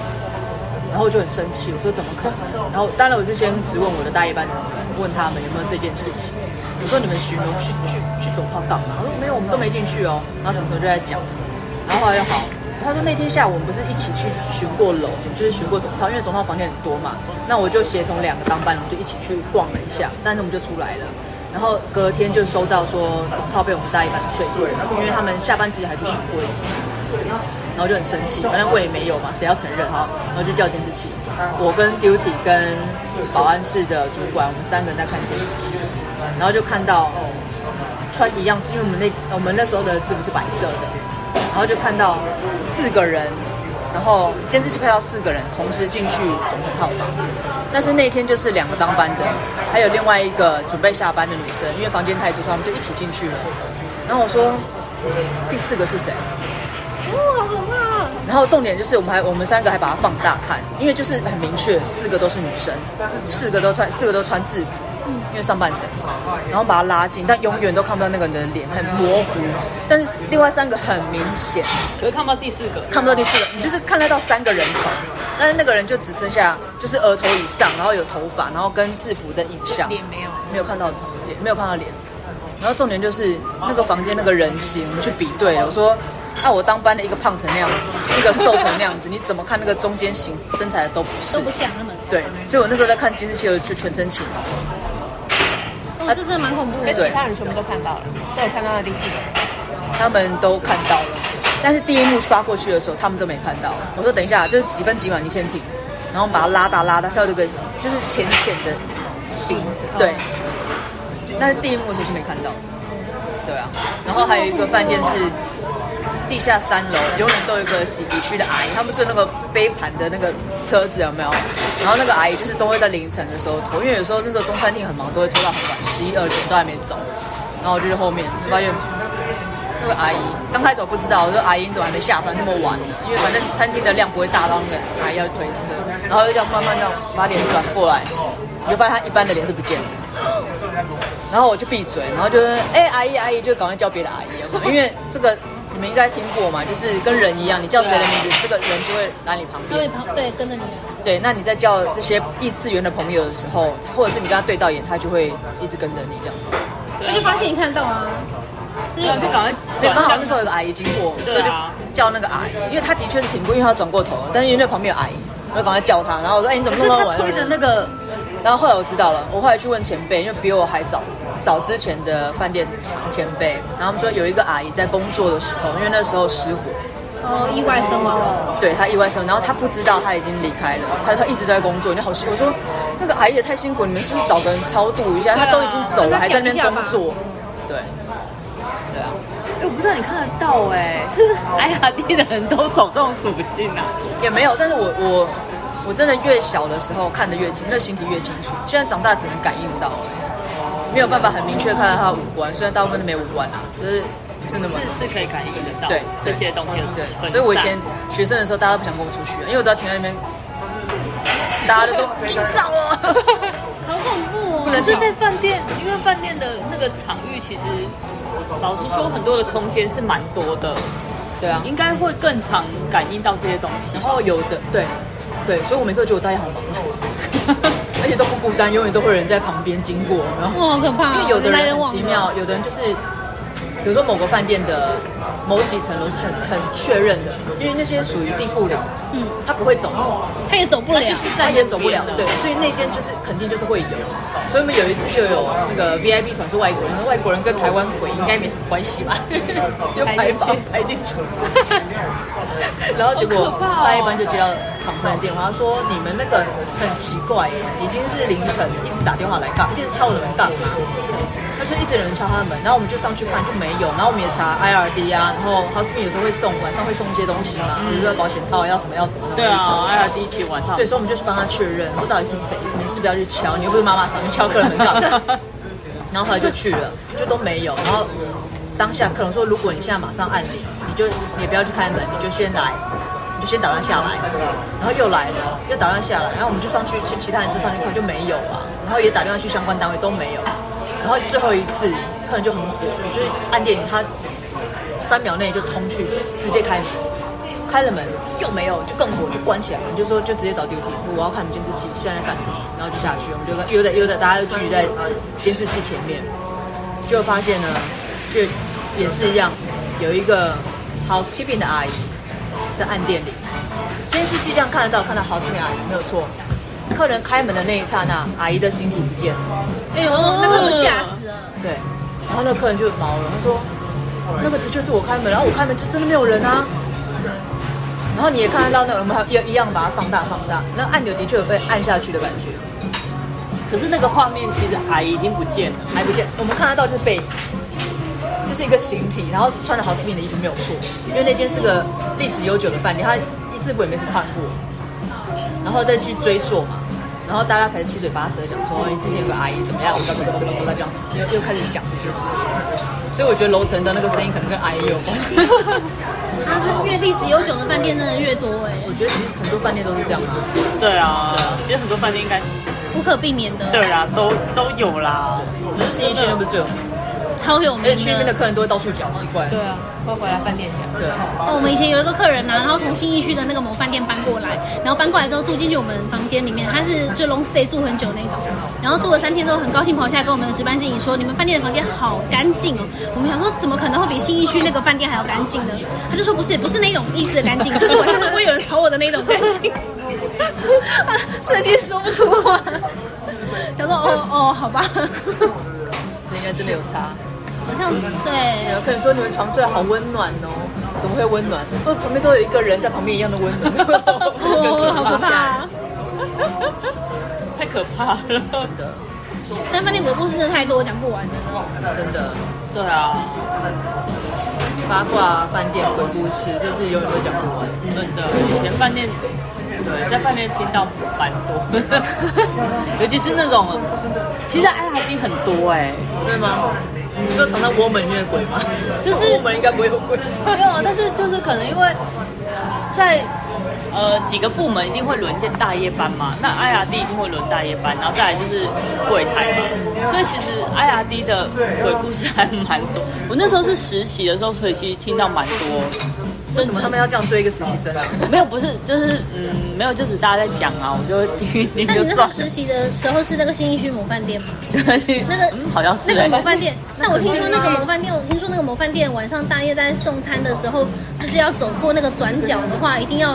[SPEAKER 1] 然后我就很生气，我说怎么可能？然后当然我是先质问我的大夜班同仁，问他们有没有这件事情。我说你们巡逻去去去总炮干嘛？我说没有，我们都没进去哦。然后什么时候就在讲，然后后来又好，他说那天下午我们不是一起去巡过楼，就是巡过总炮，因为总炮房间很多嘛。那我就协同两个当班，我们就一起去逛了一下，但是我们就出来了。然后隔天就收到说总炮被我们大夜班睡过，因为他们下班自己还去巡过一次。然后就很生气，反正我也没有嘛，谁要承认哈？然后就叫监视器，我跟 Duty 跟保安室的主管，我们三个人在看监视器，然后就看到哦穿一样，因为我们那我们那时候的制服是白色的，然后就看到四个人，然后监视器拍到四个人同时进去总统套房，但是那一天就是两个当班的，还有另外一个准备下班的女生，因为房间太多，所以他们就一起进去了。然后我说第四个是谁？然后重点就是我们还我们三个还把它放大看，因为就是很明确，四个都是女生，四个都穿四个都穿制服，因为上半身，然后把它拉近，但永远都看不到那个人的脸，很模糊。但是另外三个很明显，
[SPEAKER 3] 可是看不到第四个，
[SPEAKER 1] 看不到第四个，你就是看得到三个人头，但是那个人就只剩下就是额头以上，然后有头发，然后跟制服的影像，
[SPEAKER 4] 脸没有，
[SPEAKER 1] 没有啊看到脸，没有看到脸。然后重点就是那个房间那个人形，我们去比对了。我说，啊，我当班的一个胖成那样子，一个瘦成那样子，你怎么看那个中间型身材的都不是
[SPEAKER 2] 都。不像他们。
[SPEAKER 1] 对，所以我那时候在看监视器，我就全身起毛。
[SPEAKER 2] 哦，这真的蛮恐怖
[SPEAKER 4] 跟
[SPEAKER 2] 的。
[SPEAKER 4] 其他人全部都看到了，都有看到那第四个人。
[SPEAKER 1] 他们都看到了，但是第一幕刷过去的时候，他们都没看到。我说等一下，就是几分几秒你先停，然后把它拉大拉大，它有这个就是浅浅的形，对。但是第一幕的时候是没看到，对啊。然后还有一个饭店是地下三楼，永远都有一个洗涤区的阿姨，他们是那个杯盘的那个车子有没有？然后那个阿姨就是都会在凌晨的时候拖，因为有时候那时候中餐厅很忙，都会拖到很晚，十一二点都还没走。然后我就去后面发现那个阿姨刚开始我不知道，我说阿姨你怎么还没下班那么晚呢？因为反正餐厅的量不会大到那个阿姨要推车，然后就这样慢慢这样把脸转过来，你就发现她一般的脸是不见的。然后我就闭嘴，然后就是哎、阿姨阿姨就赶快叫别的阿姨有没有，因为这个你们应该听过嘛，就是跟人一样，你叫谁的名字，这个人就会来你旁
[SPEAKER 2] 他会
[SPEAKER 1] 边。
[SPEAKER 2] 旁对跟着你，
[SPEAKER 1] 对，那你在叫这些异次元的朋友的时候，或者是你跟他对到眼，他就会一直跟着你这样子。
[SPEAKER 2] 他就发现你看到啊，
[SPEAKER 3] 对啊，就赶快
[SPEAKER 1] 对，
[SPEAKER 3] 转
[SPEAKER 1] 刚好
[SPEAKER 3] 向
[SPEAKER 1] 那时候有个阿姨经过，所
[SPEAKER 3] 对
[SPEAKER 1] 以就
[SPEAKER 3] 啊
[SPEAKER 1] 叫那个阿姨，因为她的确是挺过，因为她转过头了，但是因为那旁边有阿姨，我就赶快叫他，然后我说：“哎、你怎
[SPEAKER 6] 可
[SPEAKER 1] 么
[SPEAKER 6] 是
[SPEAKER 1] 那么
[SPEAKER 6] 他
[SPEAKER 1] 晚？”
[SPEAKER 6] 推的那 个，
[SPEAKER 1] 然后后来我知道了，我后来去问前辈，因为比我还早早之前的饭店前辈，然后他们说有一个阿姨在工作的时候，因为那时候失火，
[SPEAKER 2] 哦，意外身亡了。
[SPEAKER 1] 对她意外身亡，然后她不知道她已经离开了，她她一直都在工作，你好辛，我说那个阿姨也太辛苦，你们是不是找个人超度一下？她都已经走了，还啊在那边工作，对，对啊，
[SPEAKER 6] 哎我不知道你看得到哎、就是哎呀，低的人都走这种属性啊。
[SPEAKER 1] 也没有，但是我我我真的越小的时候看得越清，那形体越清楚，现在长大只能感应到，没有办法很明确看到她的五官，虽然大部分都没五官啦，就是不是那么。
[SPEAKER 3] 是是可以感应得到
[SPEAKER 1] 对嗯
[SPEAKER 3] 这些东西的存在。
[SPEAKER 1] 对，所以我以前学生的时候，大家都不想跟我出去，啊因为我只要停在那边，大家都说你照啊。
[SPEAKER 6] 好恐怖哦！
[SPEAKER 1] 不能
[SPEAKER 6] 就
[SPEAKER 1] 跳
[SPEAKER 6] 在饭店，
[SPEAKER 3] 因为饭店的那个场域，其实老实说，很多的空间是蛮多的，
[SPEAKER 1] 对啊，
[SPEAKER 3] 应该会更常感应到这些东西
[SPEAKER 1] 然。后有的对对，所以我每次都觉得我大家好忙哦， 而且都不孤单，永远都会有人在旁边经过。然后
[SPEAKER 2] 哇，好可怕、
[SPEAKER 1] 因
[SPEAKER 2] 哦！
[SPEAKER 1] 为有的
[SPEAKER 2] 来
[SPEAKER 1] 人很
[SPEAKER 2] 往
[SPEAKER 1] 奇妙，有的人就是。比如说某个饭店的某几层楼是很很确认的，因为那些属于地库寮，嗯
[SPEAKER 2] 嗯，
[SPEAKER 1] 他不会走路，
[SPEAKER 2] 他也走不了。
[SPEAKER 1] 站啊也走不了
[SPEAKER 3] 路，边
[SPEAKER 1] 对
[SPEAKER 3] 的，
[SPEAKER 1] 所以那间就是肯定就是会有。所以我们有一次就有那个 VIP 团是外国人，那外国人跟台湾鬼应该没什么关系吧？就排房排进去， 然后结果
[SPEAKER 3] 哦
[SPEAKER 1] 他一般就接到旁边的电话，他说你们那个很奇怪，已经是凌晨一直打电话来干，一直敲我的门干嘛？他说一直有人敲他的门，然后我们就上去看就没有，然后我们也查 IRD 啊，然后 Housekeeping 有时候会送晚上会送一些东西嘛，比如说保险套要什么要什么，
[SPEAKER 3] 对啊，哎呀，第一集晚上
[SPEAKER 1] 对，所以我们就去帮他确认，说到底是谁，没事不要去敲，你又不是妈妈桑，去敲客人很搞笑。然后后来就去了，就都没有。然后当下客人说，如果你现在马上按铃，你就你也不要去开门，你就先来，你就先打断下来。然后又来了，又打断下来，然后我们就上去，其其他人是上去看就没有啊，然后也打电话去相关单位都没有。然后最后一次客人就很火，就是按电铃，他三秒内就冲去直接开门。开了门又没有，就更火，就关起来了，就说就直接找丢题，我要看你监视器现在在干什么，然后就下去，我们就跟悠的悠的，大家就聚集在监视器前面，就发现呢，就也是一样，有一个 housekeeping 的阿姨在按电铃，监视器这样看得到，看到 housekeeping 阿姨没有错，客人开门的那一刹那，阿姨的形体不见了。
[SPEAKER 2] 哎呦，那个我吓死了。
[SPEAKER 1] 对，然后那个客人就毛了，他说那个的确是我开门，然后我开门就真的没有人啊。然后你也看得到那个，我们还一一样把它放大放大，那按钮的确有被按下去的感觉，
[SPEAKER 3] 可是那个画面其实阿姨已经不见了，
[SPEAKER 1] 还不见，我们看得到就是背影，就是一个形体，然后是穿的好吃面的衣服没有错，因为那间是个历史悠久的饭店，它一次服也没什么换过，然后再去追溯嘛。然后大家才七嘴八舌地讲说，哎，之前有个阿姨怎么样，我怎么怎么怎么这样子，又又开始讲这些事情，所以我觉得楼层的那个声音可能跟阿姨有关。
[SPEAKER 2] 它是越历史悠久的饭店真的越多哎、
[SPEAKER 1] 我觉得其实很多饭店都是这样啊，
[SPEAKER 3] 对啊，其实很多饭店应该
[SPEAKER 2] 无可避免的，
[SPEAKER 3] 对啦，都都有啦，只是
[SPEAKER 1] 新一区那不是最有名，
[SPEAKER 2] 超有
[SPEAKER 1] 而且
[SPEAKER 2] 名
[SPEAKER 1] 去那边的
[SPEAKER 2] 的。
[SPEAKER 1] 客人都会到处讲，奇怪。
[SPEAKER 6] 对啊，快回来饭店讲。
[SPEAKER 1] 对，
[SPEAKER 2] 哦，我们以前有一个客人呐、然后从新义区的那个某饭店搬过来，然后搬过来之后住进去我们房间里面，他是就 long stay 住很久那种，然后住了三天之后很高兴跑下来跟我们的值班经理说，你们饭店的房间好干净哦。我们想说怎么可能会比新义区那个饭店还要干净呢？他就说不是，不是那种意思的干净，就是晚上都不会有人吵我的那种干净。 啊瞬间说不出话，想说哦哦好吧，
[SPEAKER 1] 那应该真的有差。
[SPEAKER 2] 好像对。
[SPEAKER 1] 有客人说你们床睡得好温暖哦，怎么会温暖？哦，旁边都有一个人在旁边一样的温暖。
[SPEAKER 2] 哦，好可怕、 啊！
[SPEAKER 3] 太可怕了。
[SPEAKER 2] 但饭店鬼故事真的太多，讲不完了。
[SPEAKER 1] 真的，
[SPEAKER 3] 对啊，
[SPEAKER 1] 八卦饭店鬼故事，就是永远都讲不完。
[SPEAKER 3] 真的，以前饭店对在饭店听到蛮多， 尤其是那种其实爱还挺很多哎、
[SPEAKER 1] 对吗？你说藏在我们里面的鬼吗？
[SPEAKER 3] 就是
[SPEAKER 1] 我们应该不会有鬼。
[SPEAKER 3] 没有，啊但是就是可能因为在呃几个部门一定会轮见大夜班嘛，那 IRD 一定会轮大夜班，然后再来就是柜台嘛，所以其实 IRD 的鬼故事还蛮多。我那时候是实习的时候，所以其实听到蛮多，
[SPEAKER 1] 为
[SPEAKER 3] 甚
[SPEAKER 1] 什
[SPEAKER 3] 至
[SPEAKER 1] 么他们要这样对一个实习生啊？
[SPEAKER 3] 没有不是就是嗯没有就只大家在讲啊，我就会听一听
[SPEAKER 2] 那
[SPEAKER 3] 就
[SPEAKER 2] 你那时候
[SPEAKER 3] 撞。
[SPEAKER 2] 实习的时候是那个新义区某饭店吗？那 个、
[SPEAKER 3] 嗯好像是
[SPEAKER 2] 那个
[SPEAKER 3] 欸
[SPEAKER 2] 某饭店。那我听说那个某饭店，我听说那个某饭店晚上大夜在送餐的时候，就是要走过那个转角的话，一定要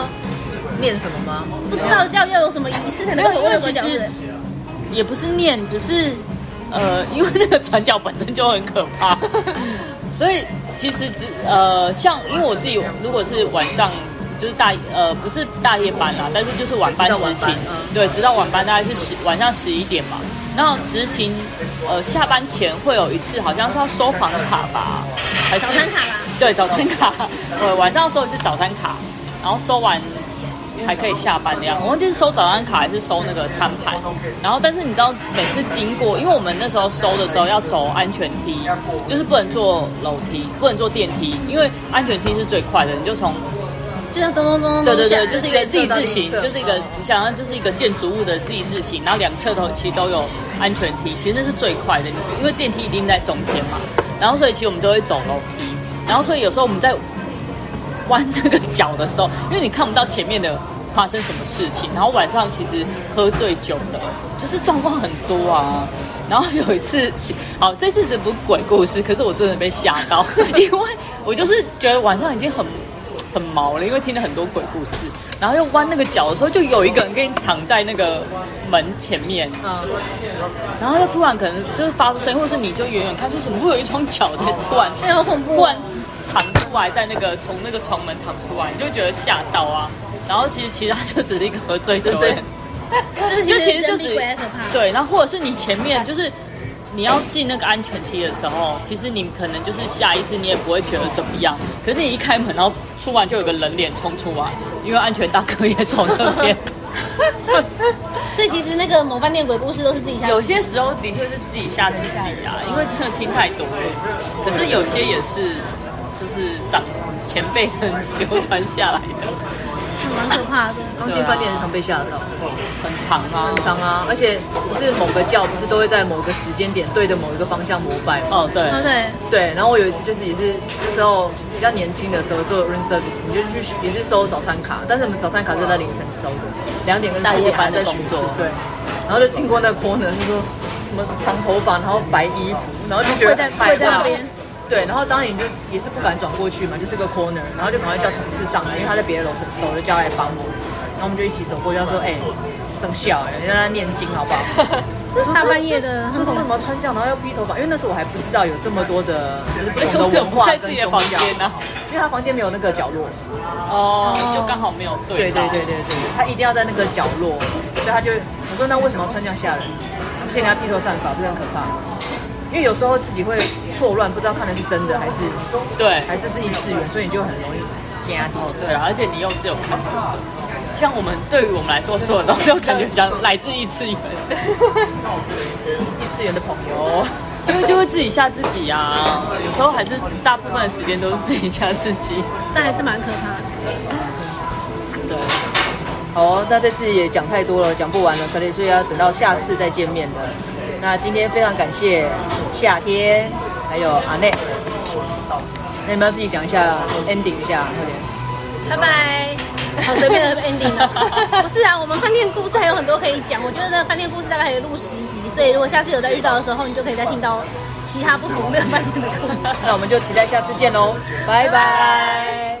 [SPEAKER 1] 念什么吗？
[SPEAKER 2] 不知道要要有什么仪式才能够走
[SPEAKER 3] 没有因为
[SPEAKER 2] 六个
[SPEAKER 3] 其
[SPEAKER 2] 脚
[SPEAKER 3] 实
[SPEAKER 2] 是不是
[SPEAKER 3] 也不是念，只是呃，因为那个传教本身就很可 怕，所以其实只呃，像因为我自己如果是晚上。就是大呃不是大夜班啦，但是就是晚班
[SPEAKER 1] 直到
[SPEAKER 3] 执
[SPEAKER 1] 晚
[SPEAKER 3] 勤
[SPEAKER 1] 班嗯，
[SPEAKER 3] 对，直到晚班大概是十晚上十一点嘛。然后执勤呃下班前会有一次，好像是要收房卡吧，还是
[SPEAKER 2] 早餐卡吧？
[SPEAKER 3] 对，早餐卡， 我晚上收一次早餐卡，然后收完才可以下班的样子。我忘记是收早餐卡还是收那个餐盘。然后，但是你知道每次经过，因为我们那时候收的时候要走安全梯，就是不能坐楼梯，不能坐电梯，因为安全梯是最快的，你就从
[SPEAKER 2] 就像咚咚咚咚
[SPEAKER 3] 对
[SPEAKER 2] 咚
[SPEAKER 3] 对
[SPEAKER 2] 下来
[SPEAKER 3] 对，就是一个立字形，
[SPEAKER 1] 这一侧
[SPEAKER 3] 就是一个想象就是一个建筑物的立字形，然后两侧头其实都有安全梯，其实那是最快的，因为电梯一定在中间嘛。然后所以其实我们都会走楼梯，然后所以有时候我们在弯那个脚的时候，因为你看不到前面的发生什么事情，然后晚上其实喝醉酒的，就是状况很多啊。然后有一次，好，这次只不是鬼故事，可是我真的被吓到， 因为我就是觉得晚上已经很很毛了，因为听了很多鬼故事，然后又弯那个脚的时候，就有一个人跟你躺在那个门前面，
[SPEAKER 2] 嗯
[SPEAKER 3] 然后就突然可能就是发出声音，或者是你就远远看，就怎么会有一双脚在突然
[SPEAKER 2] 哎，好恐怖
[SPEAKER 3] 突然
[SPEAKER 2] 哦！
[SPEAKER 3] 躺出来，在那个从那个床门躺出来，你就会觉得吓到啊。然后其实其他就只是一个喝醉酒的人，
[SPEAKER 2] 就是
[SPEAKER 3] 就其实就
[SPEAKER 2] 人比
[SPEAKER 3] 只
[SPEAKER 2] 鬼还可怕。
[SPEAKER 3] 对，然后或者是你前面就是你要进那个安全梯的时候，其实你可能就是下意识你也不会觉得怎么样，可是你一开门，然后出完就有个人脸冲出来，因为安全大哥也走那边。
[SPEAKER 2] 所以其实那个某饭店鬼故事都是自己下的
[SPEAKER 3] 有些时候的确是自己吓自己啊，因为真的听太多了。可是有些也是，就是长前辈们流传下来的，
[SPEAKER 2] 蛮可怕的。
[SPEAKER 1] 刚进饭店很常被吓到，
[SPEAKER 3] 很长啊，
[SPEAKER 1] 很常啊，而且不是某个教不是都会在某个时间点对着某一个方向膜拜吗？
[SPEAKER 3] 哦，对，
[SPEAKER 2] 哦，对，
[SPEAKER 1] 对，然后我有一次就是也是那时候比较年轻的时候做 room service，你就去也是收早餐卡，但是我们早餐卡是在凌晨收的，两点跟四点还在巡视
[SPEAKER 3] 大夜班的工作
[SPEAKER 1] 对，然后就经过那个 corner 就说什么长头发，然后白衣服，然后就觉得
[SPEAKER 2] 跪在
[SPEAKER 1] 白
[SPEAKER 2] 跪在那边
[SPEAKER 1] 对，然后当然你就也是不敢转过去嘛，就是个 corner，然后就赶快叫同事上来，因为他在别的楼层收，就叫他来帮我，然后我们就一起走过去，他说哎，正笑哎，人家在念经好不好？
[SPEAKER 2] 大半夜的
[SPEAKER 1] 他
[SPEAKER 2] 很
[SPEAKER 1] 说
[SPEAKER 2] 恐
[SPEAKER 1] 为
[SPEAKER 2] 怖
[SPEAKER 1] 什。么要穿这样，然后要披头发？因为那时候我还不知道有这么多的，就是不
[SPEAKER 3] 而且
[SPEAKER 1] 同
[SPEAKER 3] 我
[SPEAKER 1] 的
[SPEAKER 3] 怎
[SPEAKER 1] 文
[SPEAKER 3] 么不
[SPEAKER 1] 化
[SPEAKER 3] 在
[SPEAKER 1] 跟宗
[SPEAKER 3] 自己
[SPEAKER 1] 教
[SPEAKER 3] 的。房间呢、
[SPEAKER 1] 因为他房间没有那个角落。
[SPEAKER 3] 哦，就刚好没有
[SPEAKER 1] 对
[SPEAKER 3] 对
[SPEAKER 1] 对
[SPEAKER 3] 到
[SPEAKER 1] 对对对，他一定要在那个角落，所以他就我说那为什么要穿这样吓人？而且你要披头散发，不是很可怕？因为有时候自己会错乱，不知道看的是真的还是
[SPEAKER 3] 对
[SPEAKER 1] 还是是异次元，所以你就很容易给他
[SPEAKER 3] 哦对啊，而且你又是有看过的，像我们对于我们来说，所有东西都感觉像来自异次元，
[SPEAKER 1] 异次元的朋友。
[SPEAKER 3] 因为就会自己吓自己啊，有时候还是大部分的时间都是自己吓自己。
[SPEAKER 2] 但还是蛮可怕的。
[SPEAKER 3] 对，
[SPEAKER 1] 好哦，那这次也讲太多了，讲不完了，可能所以要等到下次再见面了。那今天非常感谢夏天，还有阿内。那你们要自己讲一下 ending 一下，快点。
[SPEAKER 2] 拜拜。好随 便的 ending 哦。不是啊，我们饭店故事还有很多可以讲。我觉得饭店故事大概可以录十集，所以如果下次有再遇到的时候，你就可以再听到其他不同的饭店的故事。
[SPEAKER 1] 那我们就期待下次见喽，拜拜